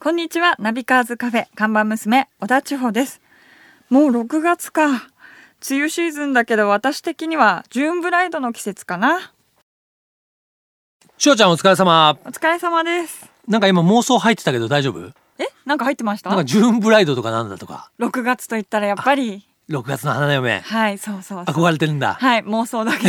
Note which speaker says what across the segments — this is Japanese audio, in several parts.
Speaker 1: こんにちは、ナビカーズカフェ看板娘小田千穂です。もう6月か。梅雨シーズンだけど私的にはジューンブライドの季節かな。
Speaker 2: しおちゃんお疲れ様。
Speaker 1: お疲れ様です。
Speaker 2: なんか今妄想入ってたけど大丈夫なん
Speaker 1: え、なんか入ってました
Speaker 2: かジューンブライドとかなんだとか、
Speaker 1: ?6 月と言ったらやっぱり、
Speaker 2: 6月の花嫁、
Speaker 1: はい、そうそうそう。
Speaker 2: 憧れてるんだ。
Speaker 1: はい、妄想 だけ。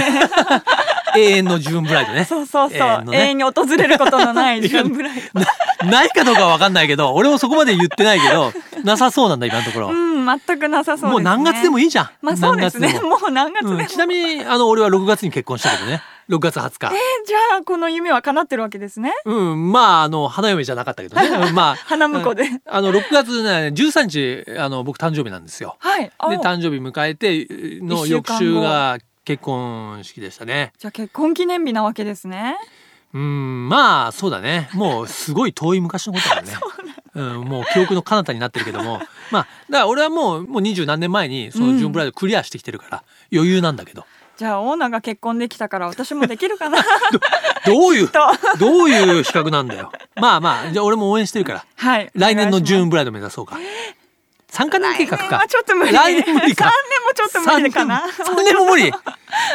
Speaker 2: 永遠のジューンブライドね。
Speaker 1: そうそうそう。
Speaker 2: 永遠の
Speaker 1: 永遠に
Speaker 2: ね。
Speaker 1: 訪れることの ないジューンブライド。
Speaker 2: なないかどうかはわかんないけど、俺もそこまで言ってないけど、なさそうなんだ今のところ。
Speaker 1: うん、全くなさそうですね。
Speaker 2: もう何月でも
Speaker 1: いい。
Speaker 2: いいじゃん。
Speaker 1: まあそうですね。
Speaker 2: 何月でも
Speaker 1: もう何月でも。
Speaker 2: うんちなみに、あの、俺は6月に結婚したけどね。6月20日。
Speaker 1: じゃあこの夢は叶ってるわけですね。
Speaker 2: うん、まあ、あの、花嫁じゃなかったけどね。うんまあ、
Speaker 1: 花婿で
Speaker 2: うんあの、6月ね、13日、あの、僕誕生日なんですよ。
Speaker 1: はい。あ
Speaker 2: で、誕生日迎えて、の
Speaker 1: 一週
Speaker 2: 翌
Speaker 1: 間後
Speaker 2: 週が結婚式でしたね。
Speaker 1: じゃあ結婚記念日なわけですね。
Speaker 2: うん、まあ、そうだね。もう、すごい遠い昔のこ とだよね。うん、もう記憶の彼方になってるけども。まあ、だから俺はもう、もう二十何年前に、そのジューンブライドクリアしてきてるから、余裕なんだけど。
Speaker 1: じゃあオーナーが結婚できたから私もできるか な
Speaker 2: ど ういう
Speaker 1: と。、
Speaker 2: どういう比較なんだよ。まあまあ、じゃあ俺も応援してるから。
Speaker 1: はい。
Speaker 2: 来年のジュー
Speaker 1: ン
Speaker 2: ンブライド目指そうか。参加年計画か
Speaker 1: は。ちょっと無理。
Speaker 2: 来年無理か
Speaker 1: 3年もちょっと無理かな。
Speaker 2: 3年も 無理。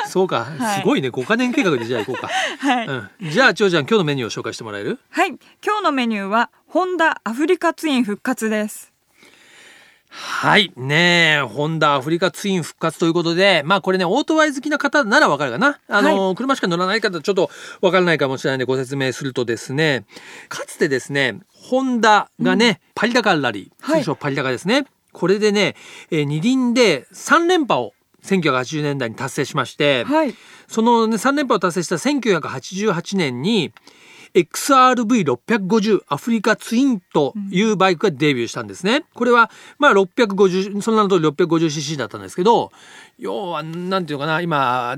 Speaker 2: そうか、
Speaker 1: はい
Speaker 2: すごいね。5か年計画でじゃあ行こう か。
Speaker 1: はい、
Speaker 2: うん。じゃあ、ちおちゃん、今日のメニューを紹介してもらえる
Speaker 1: はい。今日のメニューはホンダアフリカツイン復活です。
Speaker 2: はい。ねえ、ホンダアフリカツイン復活ということで、まあこれね、オートバイ好きな方ならわかるかな。あの、車しか乗らない方、ちょっとわからないかもしれないんでご説明するとですね、かつてですね、ホンダがね、パリダカーラリー、
Speaker 1: はい
Speaker 2: 通称パリダカですね。これでね、えー二輪で3連覇を1980年代に達成しまして、
Speaker 1: はい。
Speaker 2: その、ね、3連覇を達成した1988年に XRV650 アフリカツインというバイクがデビューしたんですね。これは、まあ、650、その名の通り 650cc だったんですけど、要は、なんていうのかな、今、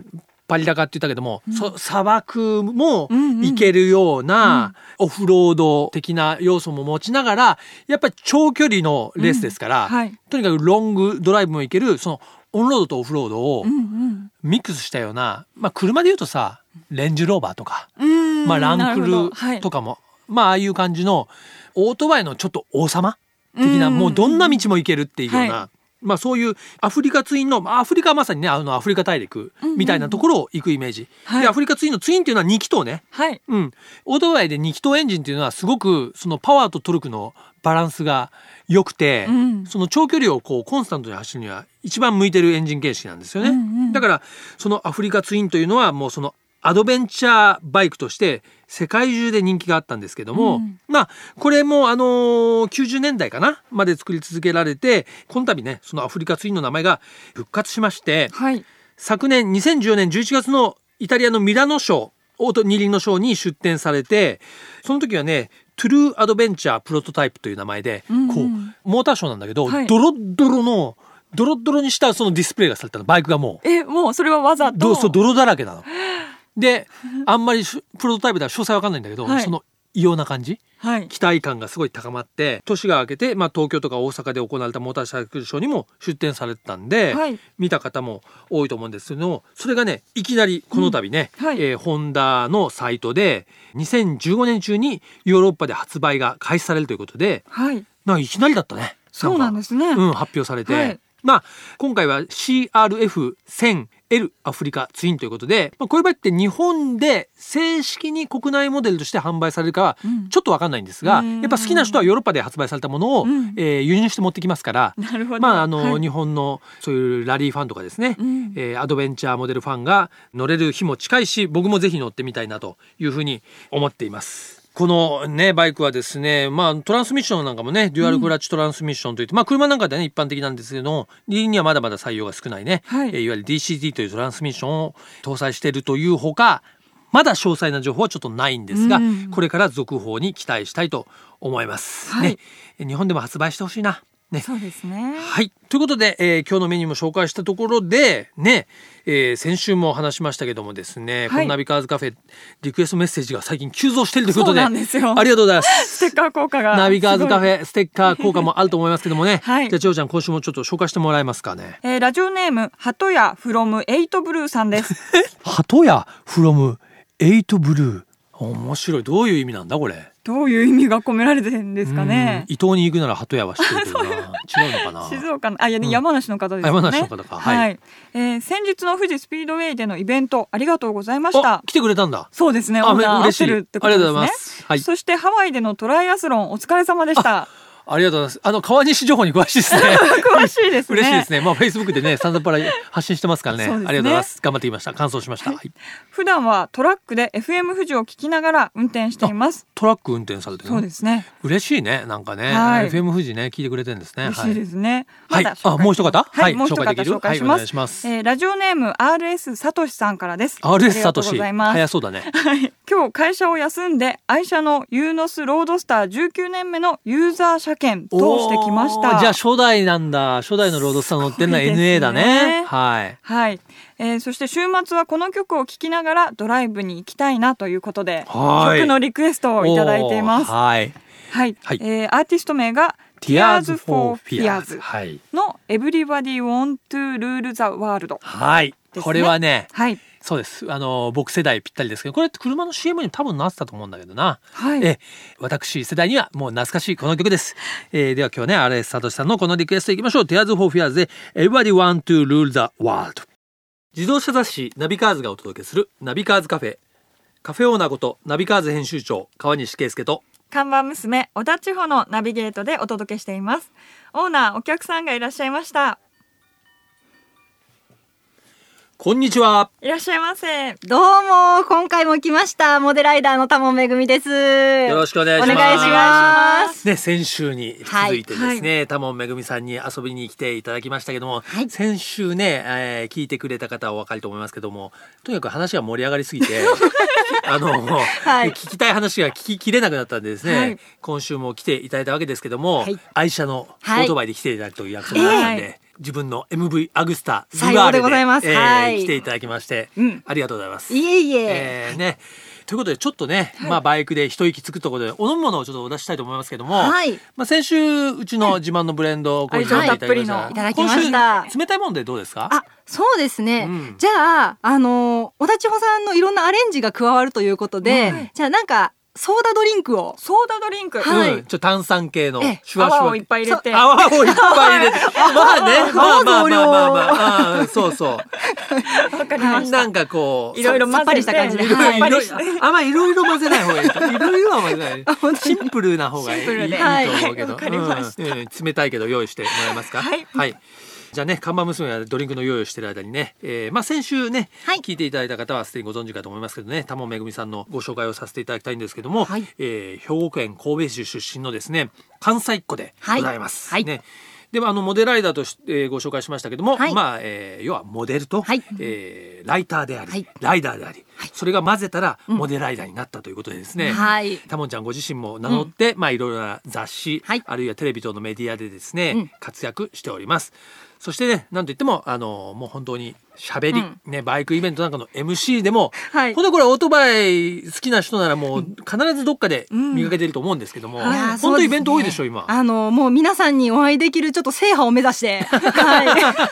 Speaker 2: パリラカって言ったけども、そ砂漠も
Speaker 1: うんうん
Speaker 2: 行けるようなオフロード的な要素も持ちながら、やっぱり長距離のレースですから、
Speaker 1: うんはい
Speaker 2: とにかくロングドライブも行ける、そのオンロードとオフロードを、
Speaker 1: うんうん。
Speaker 2: ミックスしたような、まあ、車で言うとさレンジローバーとか、
Speaker 1: うーん
Speaker 2: まあ、ランク
Speaker 1: なるほどは
Speaker 2: ル
Speaker 1: い
Speaker 2: とかも、まあああいう感じのオートバイのちょっと王様的な
Speaker 1: うん
Speaker 2: もうどんな道も行けるっていうような、
Speaker 1: は
Speaker 2: まあ、そういうアフリカツインのまあアフリカはまさにねあのアフリカ大陸みたいなところを行くイメージ、
Speaker 1: はい
Speaker 2: でアフリカツインのツインっていうのは2気筒ね、
Speaker 1: はい。
Speaker 2: うん、オートバイで2気筒エンジンっていうのはすごくそのパワーとトルクのバランスが良くて、
Speaker 1: うん
Speaker 2: その長距離をこうコンスタントに走るには一番向いてるエンジン形式なんですよね。
Speaker 1: うんうん
Speaker 2: だからそのアフリカツインというのはもうそのアドベンチャーバイクとして世界中で人気があったんですけども、
Speaker 1: うん
Speaker 2: まあこれもあのー90年代かなまで作り続けられてこの度ねそのアフリカツインの名前が復活しまして
Speaker 1: はい。
Speaker 2: 昨年2014年11月のイタリアのミラノ賞オート二輪の賞に出展されてその時はねトゥルーアドベンチャープロトタイプという名前で、
Speaker 1: うんうん
Speaker 2: こうモーターショーなんだけど、
Speaker 1: はい
Speaker 2: ドロッドロのドロッドロにしたそのディスプレイがされたのバイクがもう
Speaker 1: え、もうそれはわざと。
Speaker 2: どうそう泥だらけなの。 であんまりしプロトタイプでは詳細わかんないんだけど、
Speaker 1: はい
Speaker 2: その異様な感じ
Speaker 1: はい。
Speaker 2: 期待感がすごい高まって年が明けて、まあ、東京とか大阪で行われたモーターサイクルショーにも出展されてたんで、
Speaker 1: はい
Speaker 2: 見た方も多いと思うんですけどもそれがねいきなりこの度ね、
Speaker 1: うんはい
Speaker 2: えーホンダのサイトで2015年中にヨーロッパで発売が開始されるということで
Speaker 1: はい。
Speaker 2: なんかいきなりだったね。
Speaker 1: そうなんですね。
Speaker 2: うん、発表されて、
Speaker 1: はい
Speaker 2: まあ今回は CRF1000L アフリカツインということで、まあ、こういう場合って日本で正式に国内モデルとして販売されるかは
Speaker 1: うん
Speaker 2: ちょっとわかんないんですが、
Speaker 1: うん
Speaker 2: やっぱ好きな人はヨーロッパで発売されたものを、
Speaker 1: うん
Speaker 2: えー輸入して持ってきますから。
Speaker 1: なるほど。
Speaker 2: まああの
Speaker 1: はい
Speaker 2: 日本のそういうラリーファンとかですね、
Speaker 1: うん
Speaker 2: えーアドベンチャーモデルファンが乗れる日も近いし僕もぜひ乗ってみたいなというふうに思っています。このねバイクはですねまあトランスミッションなんかもねデュアルクラッチトランスミッションといって、まあ車なんかではね一般的なんですけども二輪にはまだまだ採用が少ないね、
Speaker 1: はい
Speaker 2: えーいわゆる DCT というトランスミッションを搭載しているというほかまだ詳細な情報はちょっとないんですが、
Speaker 1: うん
Speaker 2: これから続報に期待したいと思います。
Speaker 1: はい
Speaker 2: ね、日本でも発売してほしいな。ね、
Speaker 1: そうですね。
Speaker 2: はい。ということで、えー今日のメニューも紹介したところで、ね、えー先週も話しましたけどもです
Speaker 1: は
Speaker 2: ね、
Speaker 1: い
Speaker 2: このナビカーズカフェ、リクエストメッセージが最近急増しているということで、
Speaker 1: そうなんですよ
Speaker 2: ありがとうございます。
Speaker 1: ステッカー効果が。
Speaker 2: ナビカーズカフ
Speaker 1: ェ。
Speaker 2: ェ、ステッカー効果もあると思いますけどもね、
Speaker 1: はい
Speaker 2: じゃあ、千代ちゃん、今週もちょっと紹介してもらえますかね。
Speaker 1: えー、ラジオネーム、鳩屋フロムエイトブルーさん です。
Speaker 2: 鳩屋 from 8ブルー。面白い。どういう意味なんだ、これ。
Speaker 1: どういう意味が込められてるんですかね
Speaker 2: うん伊東に行くなら鳩屋は知ってる けどな違うのかな
Speaker 1: 静岡のあいや、ね
Speaker 2: うん
Speaker 1: 山梨の方ですよね
Speaker 2: 山梨の方かは
Speaker 1: はいい、えー先日の富士スピードウェイでのイベントありがとうございました
Speaker 2: あ来てくれたんだ
Speaker 1: そうですね
Speaker 2: あ
Speaker 1: オーナー合
Speaker 2: 嬉
Speaker 1: っ
Speaker 2: しい
Speaker 1: てるってことですね
Speaker 2: ありがとうございますはい
Speaker 1: そしてハワイでのトライアスロンお疲れ様でした
Speaker 2: ありがとうございますあの川西情報に詳し いですね
Speaker 1: 詳しいですね
Speaker 2: 嬉しいですねまあフェイスブック でねスタンダップから発信してますからね
Speaker 1: そうですね
Speaker 2: ありがとうございます頑張ってきました感想しました、はい、
Speaker 1: 普段はトラックで FM 富士を聞きながら運転しています
Speaker 2: トラック運転されてる
Speaker 1: そうですね
Speaker 2: 嬉しいねなんかね、
Speaker 1: はい
Speaker 2: FM 富士ね聞いてくれてるんですね
Speaker 1: 嬉しいですね、
Speaker 2: はい、
Speaker 1: ま
Speaker 2: は
Speaker 1: だ、
Speaker 2: い
Speaker 1: 紹介
Speaker 2: あもう一方
Speaker 1: はい、もう一方
Speaker 2: できる
Speaker 1: 紹介し
Speaker 2: はい、お
Speaker 1: ま
Speaker 2: 願い
Speaker 1: す
Speaker 2: します、
Speaker 1: えーラジオネーム RS さとしさんからです
Speaker 2: RS
Speaker 1: あ
Speaker 2: サ
Speaker 1: りがと
Speaker 2: ト
Speaker 1: うご
Speaker 2: シ
Speaker 1: ざいます
Speaker 2: 早そうだね
Speaker 1: はい今日会社を休んで愛車のユーノスロードスター19年目のユーザー車検 通してきました
Speaker 2: おーじゃあ初代なんだ初代のロードスター乗ってるのは
Speaker 1: すごいですね
Speaker 2: NA だねはい
Speaker 1: はい、えーそして週末はこの曲を聴きながらドライブに行きたいなということで
Speaker 2: はい
Speaker 1: 曲のリクエストをいただいています
Speaker 2: おーはい
Speaker 1: はい、
Speaker 2: はい
Speaker 1: えーアーティスト名が
Speaker 2: Tears
Speaker 1: Tears for
Speaker 2: for Fears
Speaker 1: Fears
Speaker 2: はい、
Speaker 1: の Everybody Want to Rule the World
Speaker 2: はい
Speaker 1: すね
Speaker 2: これはね
Speaker 1: はい
Speaker 2: そうですあの僕世代ぴったりですけどこれって車の CM にも多分なってたと思うんだけどな、
Speaker 1: はい
Speaker 2: え私世代にはもう懐かしいこの曲です、えーでは今日ね RS サトシさんのこのリクエストいきましょう Tears for Fears で Everybody Want to Rule the World 自動車雑誌ナビカーズがお届けするナビカーズカフェカフェオーナーことナビカーズ編集長川西圭介と
Speaker 1: 看板娘小田千穂のナビゲートでお届けしていますオーナーお客さんがいらっしゃいました
Speaker 2: こんにちはい
Speaker 1: らっしゃいませ
Speaker 3: どうも、今回も来ました。モデライダーのたもめぐみです。
Speaker 2: よ
Speaker 3: よ
Speaker 2: ろしくお願いし
Speaker 3: お
Speaker 2: ます
Speaker 3: 願いします。
Speaker 2: ね、先週に引き続いてですね、多聞めぐみさんに遊びに来ていただきましたけども、
Speaker 3: はい
Speaker 2: 先週ね、えー聞いてくれた方はお分かりと思いますけどもとにかく話が盛り上がりすぎ てあの、
Speaker 3: い
Speaker 2: 聞きたい話が聞ききれなくなったんでですね、
Speaker 1: はい
Speaker 2: 今週も来ていただいたわけですけども、
Speaker 3: はい
Speaker 2: 愛車のオ
Speaker 3: はい
Speaker 2: ートバイで来ていただくという約束だったんで。
Speaker 1: は
Speaker 2: 自分の MV アグスタ
Speaker 3: 最後でございます
Speaker 2: えー
Speaker 3: はい
Speaker 2: 来ていただきまして、
Speaker 1: うん
Speaker 2: ありがとうございます。
Speaker 3: いえいえ。
Speaker 2: えーね、ということでちょっとね、まあ、バイクで一息つくところでお飲み物をちょっとお出ししたいと思いますけども、
Speaker 3: はい
Speaker 2: まあ、先週うちの自慢のブレンドをこう
Speaker 1: 愛情
Speaker 2: ただいてい
Speaker 1: たっぷりの
Speaker 3: いただきました
Speaker 2: 今週冷たいもんでどうですか
Speaker 3: あ、そうですね。
Speaker 2: うん
Speaker 3: じゃあ、あのー、小田千穂さんのいろんなアレンジが加わるということで、
Speaker 2: はい
Speaker 3: じゃあなんか、ソーダドリンクを。
Speaker 1: ソーダドリンク、
Speaker 3: あはい
Speaker 2: うん、ちょっと炭酸系の
Speaker 3: ええ
Speaker 2: シュワシュ
Speaker 1: 泡
Speaker 2: ワ
Speaker 1: をいっぱい入れて
Speaker 2: 泡をいっぱい入れてまあねまあまあまあまあまああーそうそう
Speaker 1: わかりました、
Speaker 2: なんかこう
Speaker 1: いろいろ混ぜて
Speaker 3: さっぱりした感じで
Speaker 2: いろ
Speaker 3: はい
Speaker 2: ろいろあんまりいろいろ混ぜない方がいい。いろいろは混ぜない。シンプルな方がいい
Speaker 1: シンプ
Speaker 2: い
Speaker 1: ル
Speaker 2: い
Speaker 1: で
Speaker 2: と思うけ
Speaker 1: はい
Speaker 2: ど。
Speaker 1: わかりました
Speaker 2: うんうん冷たいけど用意してもらえますか。
Speaker 1: はい
Speaker 2: じゃあね、看板娘がドリンクの用意をしてる間にね、えーまあ先週ね、
Speaker 3: はい
Speaker 2: 聞いていただいた方はすでにご存知かと思いますけどね、玉尾めぐみさんのご紹介をさせていただきたいんですけども、
Speaker 3: はい
Speaker 2: えー兵庫県神戸市出身のですね、関西っ子でございます。
Speaker 3: はいはい
Speaker 2: ねではあのモデライダーとして、えーご紹介しましたけども、
Speaker 3: はい
Speaker 2: まあ、えー要はモデルと、
Speaker 3: はい
Speaker 2: えーライターであり、
Speaker 3: はい
Speaker 2: ライダーであり、それが混ぜたらモデライダーになったということでですね、
Speaker 3: はい
Speaker 2: タモンちゃんご自身も名乗って、まあいろいろな雑誌、
Speaker 3: はい
Speaker 2: あるいはテレビ等のメディアでですね、
Speaker 3: うん
Speaker 2: 活躍しております。そしてね、なんといっても、あの、もう本当に喋り、ね、バイクイベントなんかの MC でも、
Speaker 3: はい
Speaker 2: ほんとこれオートバイ好きな人ならもう必ずどっかで
Speaker 1: ん
Speaker 2: 見かけてると思うんですけども、
Speaker 3: いやー
Speaker 2: 本
Speaker 3: そうです
Speaker 2: 当
Speaker 3: ね
Speaker 2: イベント多いでしょ、今。
Speaker 3: あのー、もう皆さんにお会いできるちょっと制覇を目指 して。は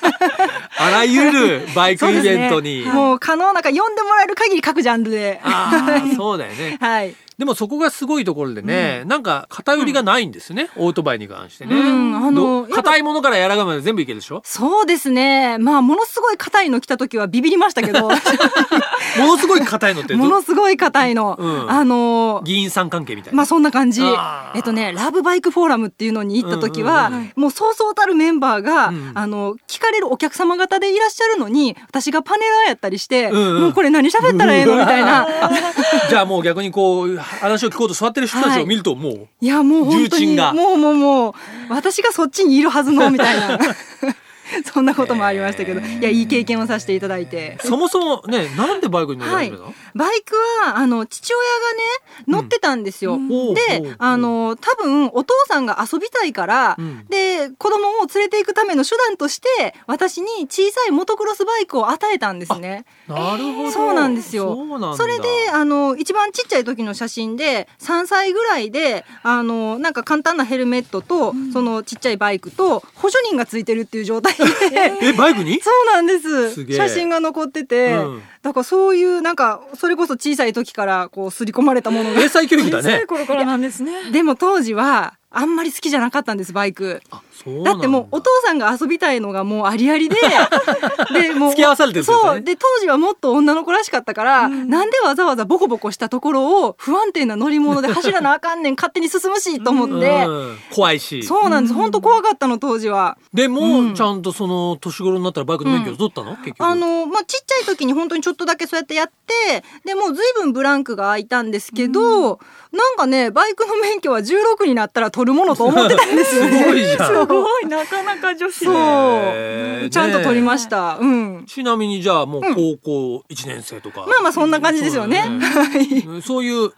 Speaker 2: あらゆるバイクイベント
Speaker 3: い。
Speaker 2: に。
Speaker 3: もう可能なか読んでもらえる限り各ジャンルで。
Speaker 2: ああ、そうだよね。
Speaker 3: はい。
Speaker 2: でもそこがすごいところでね、なんか偏りがないんですね、オートバイに関してね。
Speaker 3: うんあの
Speaker 2: ど
Speaker 3: やっぱ
Speaker 2: 硬いものから柔らかいまで全部いけるでしょ
Speaker 3: そうですね。まあ、ものすごい硬いの来た時はビビりまし たけど、
Speaker 2: ものすごい硬いのって
Speaker 3: もの
Speaker 2: ど
Speaker 3: すごい硬いの。
Speaker 2: うん
Speaker 3: あのー、
Speaker 2: 議員さん関係みたいな。
Speaker 3: まあそんな感じ
Speaker 2: あー。
Speaker 3: えっとね、ラブバイクフォーラムっていうのに行った時は、
Speaker 2: うんうんうん
Speaker 3: もうそうそうたるメンバーが、
Speaker 2: うん
Speaker 3: あの、聞かれるお客様方でいらっしゃるのに、私がパネラーやったりして、
Speaker 2: うんうん
Speaker 3: もうこれ何喋ったらええのみたいな。
Speaker 2: じゃあもう逆にこう話を聞こうと座ってる人たち
Speaker 3: は
Speaker 2: を
Speaker 3: い
Speaker 2: 見るともう、
Speaker 3: いや、もう本当
Speaker 2: 重鎮
Speaker 3: に、
Speaker 2: が
Speaker 3: もうもうもう、私がそっちにいるはずの、みたい な。そんなこともありましたけど、いや、いい経験をさせていただいて。
Speaker 2: そもそもねなんでバイクに乗り始めたの、
Speaker 3: バイクは、あの、父親がね、乗ってたんですよ。
Speaker 2: おうおうお
Speaker 3: で
Speaker 2: う、
Speaker 3: あの、多分、お父さんが遊びたいから、
Speaker 2: うん
Speaker 3: で、子供を連れて行くための手段として、私に小さいモトクロスバイクを与えたんですね。
Speaker 2: なるほど
Speaker 3: そうなんですよ
Speaker 2: そうなんだ
Speaker 3: それで、あの、一番ちっちゃい時の写真で、3歳ぐらいで、あの、なんか簡単なヘルメットと、そのちっちゃいバイクと、補助輪がついてるっていう状態
Speaker 2: えバイクに
Speaker 3: そうなんですす
Speaker 2: げえ
Speaker 3: 写真が残ってて、
Speaker 2: うん
Speaker 3: だからそういうなんかそれこそ小さい時からこう刷り込まれたものが
Speaker 2: 英才教育だ
Speaker 1: 小さ
Speaker 2: ね
Speaker 1: い頃からなんですね。
Speaker 3: でも当時はあんまり好きじゃなかったんですバイク
Speaker 2: あそうなん
Speaker 3: だってもうお父さんが遊びたいのがもうありあ りででもう
Speaker 2: 付き合わされてるんですよね
Speaker 3: そうで当時はもっと女の子らしかったから、
Speaker 1: うん
Speaker 3: なんでわざわざボコボコしたところを不安定な乗り物で走らなあかんねん勝手に進むしと思って、
Speaker 2: うん怖いし
Speaker 3: そうなんです
Speaker 1: うん
Speaker 3: 本当怖かったの当時は。
Speaker 2: でも、
Speaker 3: うん
Speaker 2: ちゃんとその年頃になったらバイクの免許を取ったの、結局
Speaker 3: あのまあ、ちっちゃい時に本当にちょっとだけそうやってやってでもう随分ブランクが空いたんですけど、なんかねバイクの免許は16になったら取るものと思ってたんですよ
Speaker 2: すごいじゃ
Speaker 1: す
Speaker 2: ん
Speaker 1: ごいなかなか女子
Speaker 3: そう、
Speaker 2: へー
Speaker 3: ちゃんと取りました、うん
Speaker 2: ちなみにじゃあもう
Speaker 3: うん
Speaker 2: 高校1年生とか、
Speaker 3: まあまあそんな感じですよね。
Speaker 2: そうだよ
Speaker 3: はい。
Speaker 2: ねそういう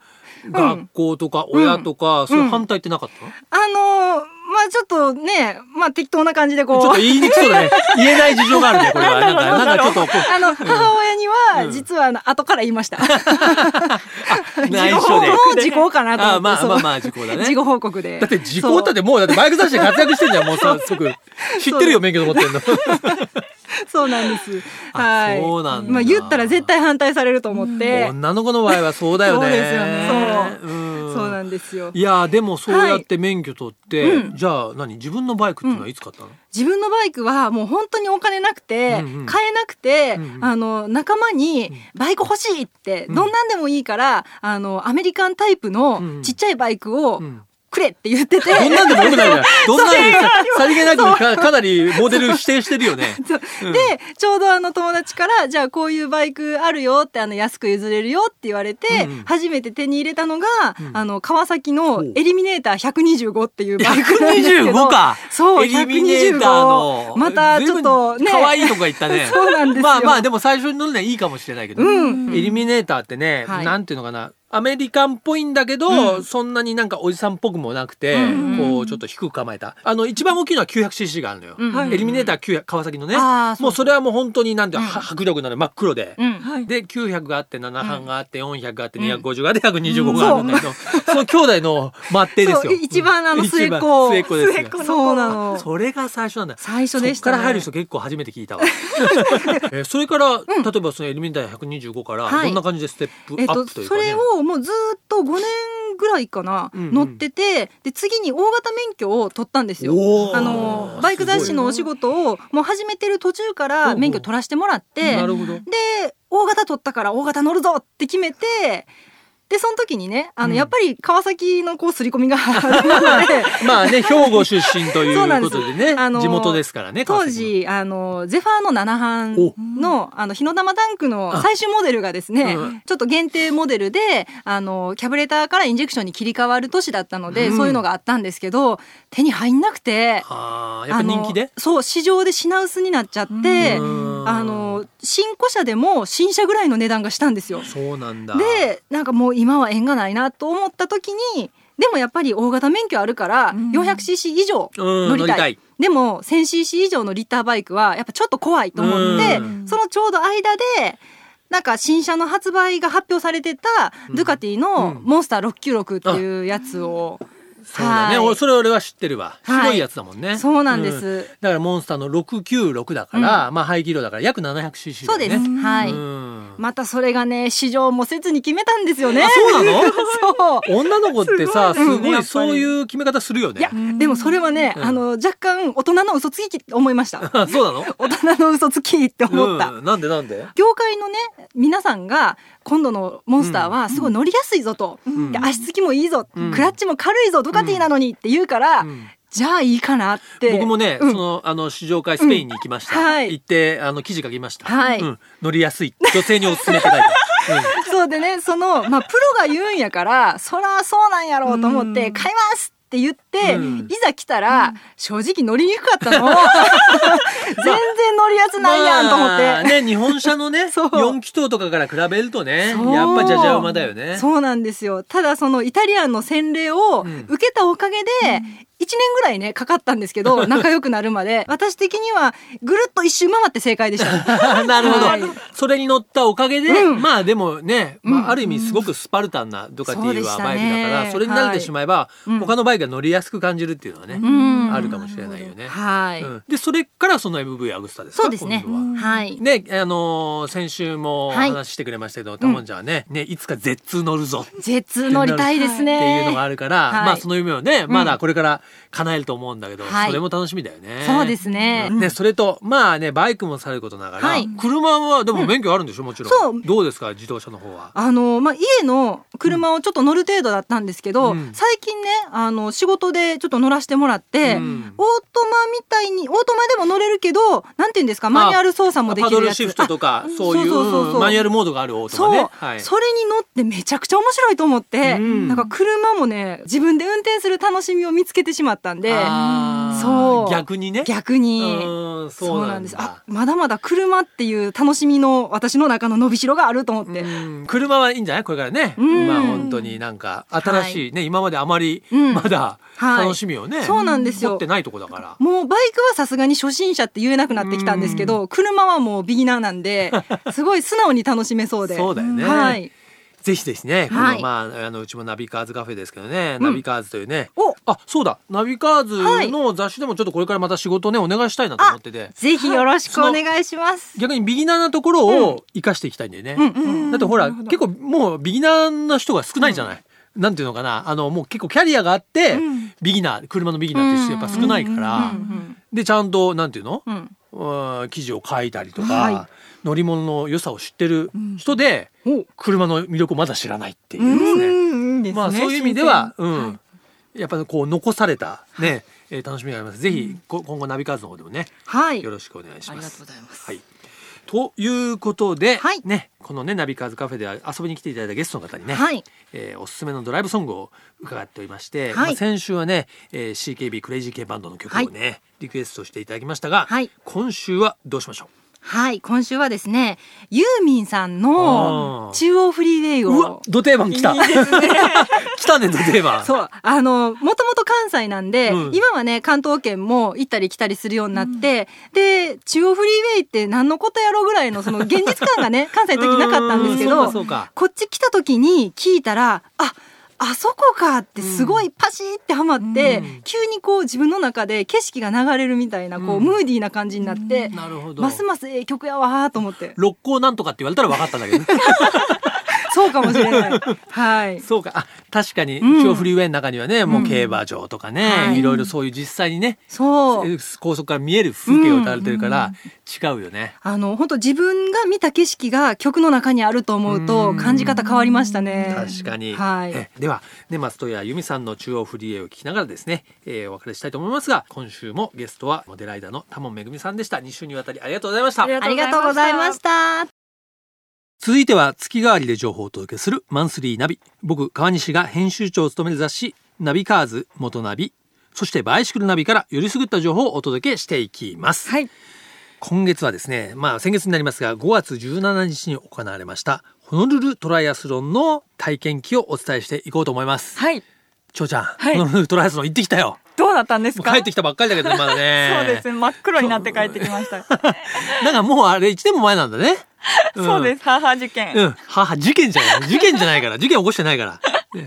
Speaker 2: 学校とか親とか、そういう反対ってなかったの、
Speaker 3: あのーまあちょっとね、まあ適当な感じでこ
Speaker 2: ちょっと
Speaker 3: う。
Speaker 2: 言いにくそうだね言えない事情があるねこれはなんかなんかちょっとこ
Speaker 3: あの母親に
Speaker 2: う
Speaker 3: は
Speaker 2: ん
Speaker 3: 実はあの後から言いました。
Speaker 2: う 内
Speaker 3: 事
Speaker 2: 緒
Speaker 3: 故
Speaker 2: で
Speaker 3: もう時効かなと思っ て
Speaker 2: あ。まあ
Speaker 3: そう
Speaker 2: まあまあ事故だね
Speaker 3: 事後報告で。
Speaker 2: だって時効だってもうだってバイク雑誌で活躍してんじゃんもうさすぐ知ってるよ免許持ってんの
Speaker 3: そうそうなんです。
Speaker 2: あ
Speaker 3: はい。
Speaker 2: そうなんだ
Speaker 3: まあ言ったら絶対反対されると思って。
Speaker 2: 女の子の場合はそうだよね
Speaker 3: そうですよね
Speaker 2: そう、ん、
Speaker 3: そうなんですよ。
Speaker 2: いやーでもそうやって免許取って、
Speaker 3: はいう
Speaker 2: じゃあ何自分のバイクっていうのはいつ買ったの、
Speaker 3: 自分のバイクはもう本当にお金なくて、
Speaker 2: うんうん
Speaker 3: 買えなくて、
Speaker 2: うんうん
Speaker 3: あの仲間に「バイク欲しい!」って、
Speaker 2: うん
Speaker 3: どんなんでもいいからあのアメリカンタイプ
Speaker 2: うん
Speaker 3: のちっちゃいバイクを
Speaker 2: うん
Speaker 3: くれって言ってて、
Speaker 2: どんなんでもよくないじゃん。どんなんでもさりげなくかかなりモデル指定してるよ ね。
Speaker 3: そう
Speaker 2: うん
Speaker 3: でちょうどあの友達から「じゃあこういうバイクあるよ」ってあの安く譲れるよって言われて、
Speaker 2: うんうん
Speaker 3: 初めて手に入れたのが、
Speaker 2: うん
Speaker 3: あの川崎
Speaker 2: ほ
Speaker 3: の
Speaker 2: う
Speaker 3: エリミネーター125っていうバイクなんですけど
Speaker 2: 125か。
Speaker 3: そう
Speaker 2: エリミネーターの
Speaker 3: 125。またちょっと
Speaker 2: 随分
Speaker 3: ね
Speaker 2: 可愛いとこ行ったね。
Speaker 3: そうなんですよ
Speaker 2: まあまあ、でも最初に乗るのはいいかもしれないけど。
Speaker 3: うん
Speaker 2: エリミネーターってね、
Speaker 3: はい
Speaker 2: なんていうのかな。アメリカンっぽいんだけど、
Speaker 3: うん
Speaker 2: そんなになんかおじさんっぽくもなくて、
Speaker 3: うん
Speaker 2: こうちょっと低く構えた。あの、一番大きいのは 900cc があるのよ。
Speaker 3: うん
Speaker 1: はい
Speaker 2: エリミネーター900、川崎のね。
Speaker 3: あーそう
Speaker 2: もうそれはもう本当になんて、
Speaker 3: うん
Speaker 2: は迫力のある真っ黒で。
Speaker 3: うん
Speaker 1: はい。
Speaker 2: で900があって7班があって400があって
Speaker 3: うん
Speaker 2: 250があって125があるんだけど、その兄弟の末帝ですよ。
Speaker 3: そう一番あの
Speaker 2: うん
Speaker 3: 末っ子
Speaker 2: 一番末っ子です
Speaker 1: 末っ子
Speaker 2: よ。
Speaker 3: そうなの
Speaker 2: それが最初なんだ。
Speaker 3: 最初でし
Speaker 2: そ
Speaker 3: た、
Speaker 2: っ
Speaker 3: ね、
Speaker 2: から入る人結構初めて聞い たわ。えーそれから、例えばそのエルミンタイ125から
Speaker 3: はい
Speaker 2: どんな感じでステップ
Speaker 3: えっ
Speaker 2: ア
Speaker 3: と
Speaker 2: ップという
Speaker 3: そ
Speaker 2: かね。
Speaker 3: れをもうずっと5年ぐらいかな、
Speaker 2: うんうん
Speaker 3: 乗っててで次に大型免許を取ったんですよ
Speaker 2: おー
Speaker 3: あのバイク雑誌のお仕事をもう始めてる途中か
Speaker 2: おうお
Speaker 3: ら
Speaker 2: う
Speaker 3: 免許取らせてもらって
Speaker 2: なるほど。
Speaker 3: で大型取ったから大型乗るぞって決めてでその時にねあの、
Speaker 2: うん
Speaker 3: やっぱり川崎のこう刷り込みがあるので
Speaker 2: まあね兵庫出身とい
Speaker 3: そうな
Speaker 2: うんこ
Speaker 3: です
Speaker 2: とでね
Speaker 3: あの
Speaker 2: 地元ですからね。川
Speaker 3: 当
Speaker 2: 崎の
Speaker 3: 時あのゼファーの7
Speaker 2: お
Speaker 3: 班のあの日の玉タンクの最終モデルがですね、
Speaker 2: うん
Speaker 3: ちょっと限定モデルであのキャブレターからインジェクションに切り替わる年だったので、
Speaker 2: うん
Speaker 3: そういうのがあったんですけど手に入んなくて
Speaker 2: ああやっぱ人気
Speaker 3: あの
Speaker 2: で。
Speaker 3: そう市場で品薄になっちゃって、
Speaker 1: うん
Speaker 2: うん
Speaker 3: あの新古車でも新車ぐらいの値段がしたんですよ。
Speaker 2: そうなんだ。
Speaker 3: でなんかもう今は縁がないなと思った時にでもやっぱり大型免許あるから
Speaker 1: うん
Speaker 3: 400cc 以上
Speaker 2: うん
Speaker 3: 乗りたい,、
Speaker 2: 乗り
Speaker 3: でも 1000cc 以上のリッターバイクはやっぱちょっと怖いと思って
Speaker 2: うん
Speaker 3: そのちょうど間でなんか新車の発売が発表されてた
Speaker 2: うん
Speaker 3: ドゥカティ
Speaker 2: うん
Speaker 3: のモンスター696っていうやつを、
Speaker 2: そうだね。
Speaker 3: はい
Speaker 2: 俺それ俺は知ってるわ。
Speaker 3: はい
Speaker 2: 白いやつだもんね。
Speaker 3: そうなんです、
Speaker 2: んだからモンスターの696だから、まあ排気量だから約 700cc だ
Speaker 3: そう
Speaker 2: よね。
Speaker 3: で
Speaker 1: う
Speaker 3: す、
Speaker 1: ん
Speaker 3: はい、
Speaker 2: うん
Speaker 3: またそれがね試乗もせずに決めたんですよね
Speaker 2: あそうなの
Speaker 3: そう
Speaker 2: 女の子ってさ、
Speaker 3: すご
Speaker 2: すご
Speaker 3: いねやっぱ
Speaker 2: い
Speaker 3: り
Speaker 2: そういう決め方するよね。
Speaker 3: いや
Speaker 1: ん
Speaker 3: でもそれはね、
Speaker 2: うん
Speaker 3: あの若干大人の嘘つきって思いまし た
Speaker 2: あそうなの
Speaker 3: 大人の嘘つきって思った、
Speaker 2: うん、なんでなんで、
Speaker 3: 業界のね皆さんが今度のモンスターはすごい乗りやすいぞと、
Speaker 2: ん
Speaker 3: で足つきもいいぞ、
Speaker 2: うん
Speaker 3: クラッチも軽いぞドカティなのにって言うから、
Speaker 2: うん
Speaker 3: じゃあいいかなって
Speaker 2: 僕もね、
Speaker 3: うん
Speaker 2: そのあの試乗会スペインに行きました、
Speaker 3: うんはい
Speaker 2: 行ってあの記事書きました、
Speaker 3: はい
Speaker 2: うん、乗りやすい女性におすすめって書いてある、
Speaker 3: そうでねその、まあ、プロが言うんやからそらそうなんやろうと思って「
Speaker 1: うん
Speaker 3: 買います!」って言って、
Speaker 2: うん
Speaker 3: いざ来たら、正直乗りにくかっ たの 全然乗りやす
Speaker 2: うん
Speaker 3: ないやんと思って、
Speaker 2: まあね日本車のね
Speaker 3: そう
Speaker 2: 4気筒とかから比べるとね
Speaker 3: そう
Speaker 2: やっぱじゃじゃ馬だよね
Speaker 3: そうなんですよただそのイタリアンの洗礼を
Speaker 2: うん
Speaker 3: 受けたおかげで、一年ぐらいねかかったんですけ ど仲良くなるまで私的にはぐるっと一周回って正解 でし た
Speaker 2: なるほど、
Speaker 3: はい
Speaker 2: それに乗ったおかげで、
Speaker 3: うん
Speaker 2: まあでもね、ま
Speaker 3: うん
Speaker 2: あ、ある意味すごくスパルタンなドカティはバイクだから、
Speaker 3: そ
Speaker 2: そうれ
Speaker 3: でしたね
Speaker 2: に慣れてしまえば、
Speaker 3: うん
Speaker 2: 他のバイクが乗りやすく感じるっていうのはね、
Speaker 3: うん
Speaker 2: あるかもしれないよね。
Speaker 3: はい、
Speaker 2: うんでそれからその MV アグスタですか
Speaker 3: そうですね
Speaker 2: 今度は
Speaker 3: はい
Speaker 2: ね、あのー先週もお
Speaker 3: はい
Speaker 2: 話ししてくれましたけど、タモンちゃんはね、ね、いつか Z2 乗るぞっ
Speaker 3: 絶乗りたいですね
Speaker 2: ていうのがあるから、
Speaker 3: はい
Speaker 2: まあその夢をね、まだこれから叶えると思うんだけど、
Speaker 3: はい
Speaker 2: それも楽しみだよね。
Speaker 3: そうですね、
Speaker 2: ね、それと、まあね、バイクもさることながら、
Speaker 3: はい
Speaker 2: 車はでも免許あるんでしょ、もちろん。
Speaker 3: そう
Speaker 2: どうですか、自動車の方は。
Speaker 3: あのまあ、家の車をちょっと乗る程度だったんですけど、
Speaker 2: うん
Speaker 3: 最近ねあの仕事でちょっと乗らせてもらって、
Speaker 2: うん
Speaker 3: オートマみたいにオートマでも乗れるけどなんていうんですかマニュアル操作もで
Speaker 2: パ
Speaker 3: き
Speaker 2: ド
Speaker 3: るや
Speaker 2: ル
Speaker 3: つ
Speaker 2: シフトとか
Speaker 3: あ、
Speaker 2: そういう
Speaker 3: そうそうそうそう
Speaker 2: マニュアルモードがあるオート
Speaker 3: そう、
Speaker 2: マね。はい。
Speaker 3: それに乗ってめちゃくちゃ面白いと思って、
Speaker 2: うん
Speaker 3: なんか車もね自分で運転する楽しみを見つけてしまったんで
Speaker 2: あー
Speaker 3: そう
Speaker 2: 逆にね。
Speaker 3: 逆に。
Speaker 2: うん、
Speaker 3: そ
Speaker 2: そううな
Speaker 3: な
Speaker 2: んん
Speaker 3: で
Speaker 2: ですす。
Speaker 3: あまだまだ車っていう楽しみの私の中の伸びしろがあると思って、
Speaker 2: うん車はいいんじゃないこれからね、
Speaker 3: うん
Speaker 2: まあ本当になんか新しいね、今まであまり
Speaker 3: うん
Speaker 2: まだ
Speaker 3: はい
Speaker 2: 楽しみをね、
Speaker 3: そうなんですよ
Speaker 2: 持ってないとこだから
Speaker 3: もうバイクはさすがに初心者って言えなくなってきたんですけど、車はもうビギナーな んですごい素直に楽しめそうで
Speaker 2: そうだよね
Speaker 3: はい、
Speaker 2: ぜひですね、
Speaker 3: はい
Speaker 2: このまああのうちもナビカーズカフェですけどね、
Speaker 3: うん
Speaker 2: ナビカーズというね
Speaker 3: お
Speaker 2: あそうだナビカーズの雑誌でもちょっとこれからまた仕事ねお願いしたいなと思ってて
Speaker 3: ぜひよろしくお願い します。
Speaker 2: 逆にビギナーなところを生かしていきたいんだよね、
Speaker 3: うんうん
Speaker 2: だってほら結構もうビギナーな人が少ないじゃない、なんていうのかなあのもう結構キャリアがあって、ビギナー車のビギナーって人やっぱ少ないから、
Speaker 3: うん
Speaker 2: でちゃんとなんていうの、
Speaker 3: うんうん
Speaker 2: うん記事を書いたりとか、
Speaker 3: は
Speaker 2: 乗り物の良さを知ってる人で、
Speaker 3: お
Speaker 2: 車の魅力をまだ知らないっていううですね。
Speaker 3: んいいですね
Speaker 2: まあそういう意味では、うん、やっぱりこう残されたね、えー楽しみがあります。ぜひ、こ今後ナビカーズの方でもね、
Speaker 3: はい
Speaker 2: よろしくお願いします。
Speaker 3: ありがとうございます
Speaker 2: はい。ということで、
Speaker 3: はい
Speaker 2: ね、このねナビカーズカフェでは遊びに来ていただいたゲストの方にね、
Speaker 3: はい
Speaker 2: えーおすすめのドライブソングを伺っておりまして、
Speaker 3: はい
Speaker 2: まあ先週はね、えー CKB クレイジーケバンドの曲をね、リクエストしていただきましたが、
Speaker 3: はい
Speaker 2: 今週はどうしましょ
Speaker 3: はい今週はですねユーミンさん
Speaker 2: あ
Speaker 3: の
Speaker 2: ー
Speaker 3: 中央フリーウェイ
Speaker 2: う。うわ
Speaker 3: を、
Speaker 2: ド定番来た。 来たねド定番。
Speaker 3: そうあのもともと関西なんで、
Speaker 2: うん
Speaker 3: 今はね関東圏も行ったり来たりするようになって、で中央フリーウェイって何のことやろぐらいのその現実感 がね関西の時なかったんですけ
Speaker 2: う
Speaker 3: ど
Speaker 2: そうか
Speaker 3: こっち来た時に聞いたらああそこかってすごいパシーってハマって、
Speaker 2: うん
Speaker 3: 急にこう自分の中で景色が流れるみたいなこう、
Speaker 2: うん
Speaker 3: ムーディーな感じになって、
Speaker 2: そうか。なるほど。
Speaker 3: ますますええ曲やわーと思って
Speaker 2: 六甲なんとかって言われたら分かったんだけど、ね、
Speaker 3: そうかもしれ ないはい
Speaker 2: そうかあ確かに
Speaker 3: うん
Speaker 2: 一応フリーウェイの中にはね、もう競馬場とかね、
Speaker 3: はい
Speaker 2: い、ろいろそういう実際にね
Speaker 3: そう
Speaker 2: 高速から見える風景を歌われてるから、違うよね。
Speaker 3: あの本当自分が見た景色が曲の中にあると思うと
Speaker 2: うん
Speaker 3: 感じ方変わりましたね。
Speaker 2: 確かに、
Speaker 3: はい
Speaker 2: えでは、ね、松任谷由実さんの中央フリーウェイを聞きながらですね、えーお別れしたいと思いますが今週もゲストはモデライダーの多門めぐみさんでした2週にわたりありがとうございました
Speaker 1: あり
Speaker 3: ありがとうございました。
Speaker 2: 続いては月替わりで情報をお届けするマンスリーナビ僕川西が編集長を務める雑誌ナビカーズ元ナビそしてバイシクルナビからよりすぐった情報をお届けしていきます、
Speaker 1: はい
Speaker 2: 今月はですねまあ先月になりますが5月17日に行われましたホノルルトライアスロンの体験記をお伝えしていこうと思います
Speaker 1: はい
Speaker 2: 長ちゃん、
Speaker 1: はい
Speaker 2: ホノルルトライアスロン行ってきたよ
Speaker 1: どうだったんです
Speaker 2: もう
Speaker 1: か
Speaker 2: 帰ってきたばっかりだけどねまだね
Speaker 1: そうですね真っ黒になって帰ってきました
Speaker 2: なんかもうあれ1年も前なんだね、ん
Speaker 1: そうです母事件、
Speaker 2: うん。母、事件じゃない。事件じゃないから。事件起こしてないから。ね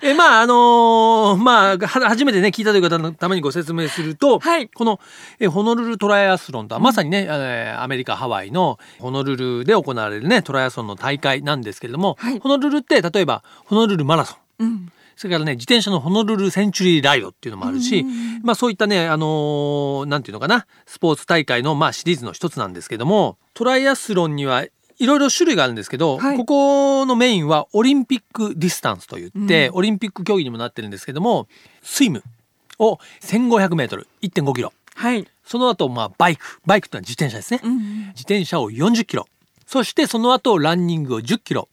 Speaker 2: え、まあ、あのーまあ、は初めてね、聞いたという方のためにご説明すると、
Speaker 1: はい
Speaker 2: この、え、ホノルルトライアスロンとは、まさにね、えーアメリカ、ハワイのホノルルで行われるね、トライアスロンの大会なんですけれども、
Speaker 1: はい
Speaker 2: ホノルルって、例えば、ホノルルマラソン。
Speaker 1: うん
Speaker 2: それからね、自転車のホノルルセンチュリーライドっていうのもあるし、まあそういったね、あのーなんていうのかな、スポーツ大会のまあシリーズの一つなんですけども、トライアスロンにはいろいろ種類があるんですけど、
Speaker 1: はい
Speaker 2: ここのメインはオリンピックディスタンスといって、オリンピック競技にもなってるんですけども、スイムを1500メートル、1.5キロ。
Speaker 1: はい、
Speaker 2: その後、まあバイク。バイクってのは自転車ですね。自転車を40キロそしてその後ランニングを10キロ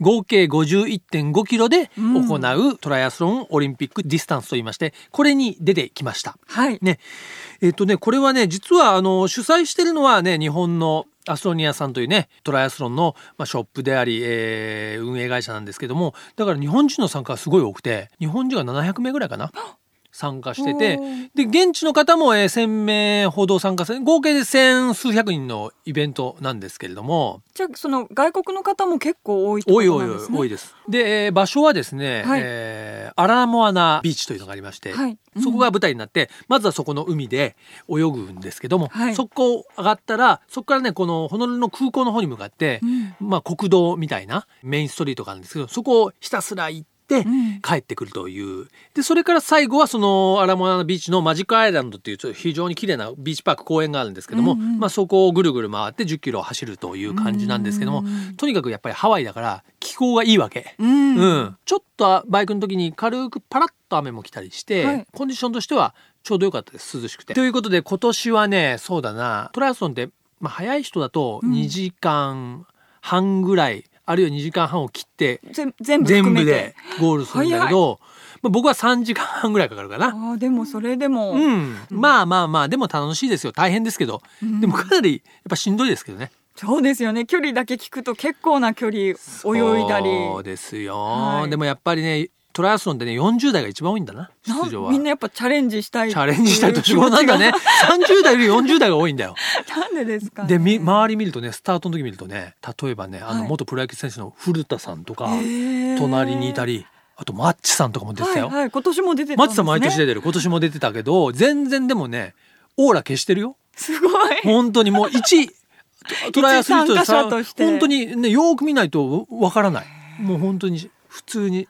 Speaker 2: 合計51.5キロで行うトライアスロンオリンピックディスタンスと言いましてこれに出てきました。
Speaker 1: はい
Speaker 2: ねえっとねこれはね実はあの主催してるのはね日本のアスロニアさんというねトライアスロンの、まあ、ショップであり、えー運営会社なんですけどもだから日本人の参加はすごい多くて日本人が700名ぐらいかな。参加してて
Speaker 1: おー
Speaker 2: で現地の方も、えー1,000名ほど参加する合計で千数百人のイベントなんですけれども
Speaker 1: じゃあその外国の方も結構多いってこ
Speaker 2: 多い
Speaker 1: と
Speaker 2: 多い
Speaker 1: なんで
Speaker 2: 多い
Speaker 1: すね。
Speaker 2: 多いです。で、えー場所はですね、
Speaker 1: はい
Speaker 2: えーアラモアナビーチというのがありまして、
Speaker 1: はいうん
Speaker 2: そこが舞台になってまずはそこの海で泳ぐんですけども、
Speaker 1: はい
Speaker 2: そこを上がったらそこからねこのホノルルの空港の方に向かって、
Speaker 1: うん
Speaker 2: まあ、国道みたいなメインストリートがあるんですけどそこをひたすら行って、
Speaker 1: うん
Speaker 2: 帰ってくるというでそれから最後はそのアラモアナビーチのマジックアイランドっていうちょっと非常に綺麗なビーチパーク公園があるんですけども、
Speaker 1: うんうん
Speaker 2: まあ、そこをぐるぐる回って1 0キロ走るという感じなんですけども、
Speaker 1: うん
Speaker 2: とにかくやっぱりハワイだから気候がいいわけ。
Speaker 1: うん
Speaker 2: うん、ちょっとバイクの時に軽くパラッと雨も来たりして、
Speaker 1: はい
Speaker 2: コンディションとしてはちょうど良かったです涼しくて。ということで今年はねそうだなトライアスロンって、まあ、早い人だと
Speaker 1: うん
Speaker 2: 2時間半ぐらい、あるいは2時間半を切って
Speaker 1: 全全部含
Speaker 2: 全
Speaker 1: め
Speaker 2: 部
Speaker 1: て
Speaker 2: でゴールするんだけど、まあ、僕は3時間半ぐらいかかるかな。
Speaker 1: ああでもそれでも、
Speaker 2: うん、まあまあまあでも楽しいですよ大変ですけど、
Speaker 1: うん
Speaker 2: でもかなりやっぱしんどいですけどね
Speaker 1: そうですよね距離だけ聞くと結構な距離泳いだり
Speaker 2: そうですよ、
Speaker 1: はい
Speaker 2: でもやっぱりねトライアスロンでね40代が一番多いんだな
Speaker 1: な
Speaker 2: 出場は
Speaker 1: みんなやっぱチャレンジしたい
Speaker 2: チャレンジしたい年頃なんだね30代より40代が多いんだよ
Speaker 1: なんでですかね、
Speaker 2: でみ周り見るとねスタートの時見るとね例えばねあの
Speaker 1: はい
Speaker 2: 元プロ野球選手の古田さんとか、
Speaker 1: へー
Speaker 2: 隣にいたりあとマッチさんとかも出てたよ、
Speaker 1: はいはい、今年も出てた
Speaker 2: マ
Speaker 1: ん
Speaker 2: ッ
Speaker 1: で
Speaker 2: チ
Speaker 1: す
Speaker 2: さ
Speaker 1: ね
Speaker 2: ん毎年出てる今年も出てたけど全然でもねオーラ消してるよ
Speaker 1: すごい
Speaker 2: 本当にもう 一トトライアスリートで
Speaker 1: 一参加者として
Speaker 2: 本当にねよーく見ないとわからないもう本当に普通に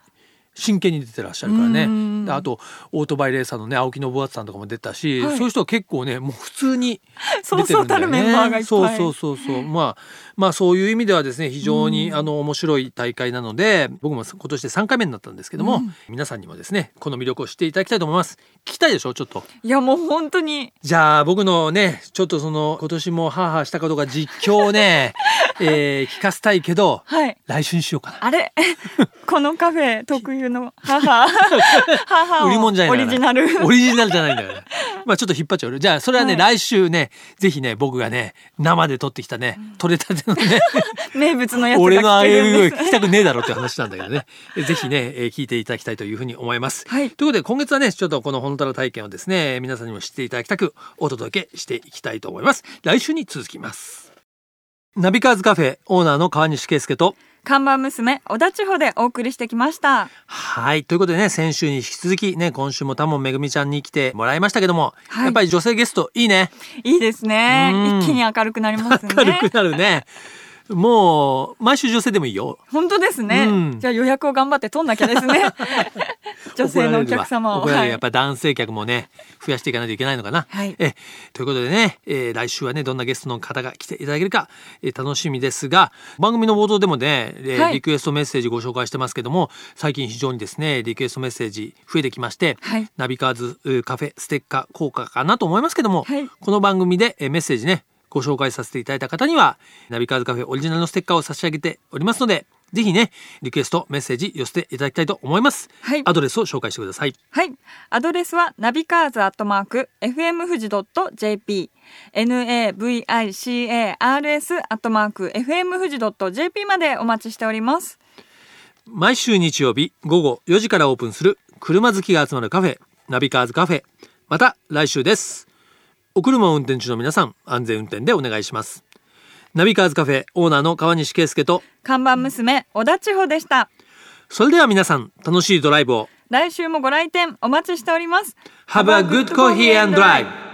Speaker 2: 真剣に出てらっしゃるから
Speaker 1: うん
Speaker 2: ねであとオートバイレーサーのね青木信厚さんとかも出たし、
Speaker 1: はい
Speaker 2: そういう人は結構ねもう普通に
Speaker 1: そうそうたるメンバーがいっぱい
Speaker 2: そうそうそうそうまあまあそういう意味ではですね非常にあの面白い大会なので僕も今年で3回目になったんですけども、皆さんにもですねこの魅力を知っていただきたいと思います聞きたいでしょちょっと
Speaker 1: いやもう本当に
Speaker 2: じゃあ僕のねちょっとその今年もハーハーしたことが実況 をね、えー聞かせたいけど
Speaker 1: はい
Speaker 2: 来週にしようかな。
Speaker 1: あれ このカフェ特有の 母母
Speaker 2: 売り物じゃ
Speaker 1: を
Speaker 2: な
Speaker 1: オ
Speaker 2: い
Speaker 1: リジナル
Speaker 2: オリジナルじゃないんだから。まあちょっと引っ張っちゃう。じゃあそれはね、
Speaker 1: は
Speaker 2: 来週ねぜひね僕がね生で撮ってきたね取れたてのね
Speaker 1: 名物のやつ
Speaker 2: 俺の
Speaker 1: が
Speaker 2: あ
Speaker 1: 聞け
Speaker 2: げる
Speaker 1: る
Speaker 2: 声
Speaker 1: ん
Speaker 2: 聞
Speaker 1: で
Speaker 2: き
Speaker 1: す
Speaker 2: たくねえだろって話なんだけどね ぜひね、えー聞いていただきたいというふうに思います。
Speaker 1: はい
Speaker 2: ということで今月はねちょっとこの本タラ体験をですね皆さんにも知っていただきたくお届けしていきたいと思います。来週に続きます。ナビカーズカフェオーナーの川西圭介と
Speaker 1: 看板娘小田千穂でお送りしてきました
Speaker 2: はい。ということでね、先週に引き続きね、今週もタモンめぐみちゃんに来てもらいましたけども、
Speaker 1: はい
Speaker 2: やっぱり女性ゲストいいね。
Speaker 1: いいですね
Speaker 2: うん
Speaker 1: 一気に明るくなりますね
Speaker 2: 明るくなるね。もう、毎週女性でもいいよ。
Speaker 1: 本当ですね、
Speaker 2: うん
Speaker 1: じゃあ予約を頑張って取んなきゃです ね女性のお客様を
Speaker 2: 怒られるわ怒られる
Speaker 1: い
Speaker 2: やっぱ男性客もね、増やしていかないといけないのかな。
Speaker 1: はい
Speaker 2: えということでね、えー来週はね、どんなゲストの方が来ていただけるか、えー楽しみですが、番組の冒頭でもね、えー
Speaker 1: はい
Speaker 2: リクエストメッセージご紹介してますけども、最近非常にですね、リクエストメッセージ増えてきまして、
Speaker 1: はい
Speaker 2: ナビカーズえーカフェステッカー効果かなと思いますけども、
Speaker 1: はい
Speaker 2: この番組でえーメッセージねご紹介させていただいた方にはナビカーズカフェオリジナルのステッカーを差し上げておりますのでぜひねリクエストメッセージ寄せていただきたいと思います、
Speaker 1: はい
Speaker 2: アドレスを紹介してください
Speaker 1: はい。アドレスはナビカーズアットマーク FM 富士 .jp navicars アットマーク FM 富士 .jp までお待ちしております。
Speaker 2: 毎週日曜日午後4時からオープンする車好きが集まるカフェナビカーズカフェまた来週ですお車を運転中の皆さん安全運転でお願いしますナビカーズカフェオーナーの川西圭介と
Speaker 1: 看板娘小田千穂でした。
Speaker 2: それでは皆さん楽しいドライブを
Speaker 1: 来週もご来店お待ちしております。
Speaker 2: Have a good coffee and drive.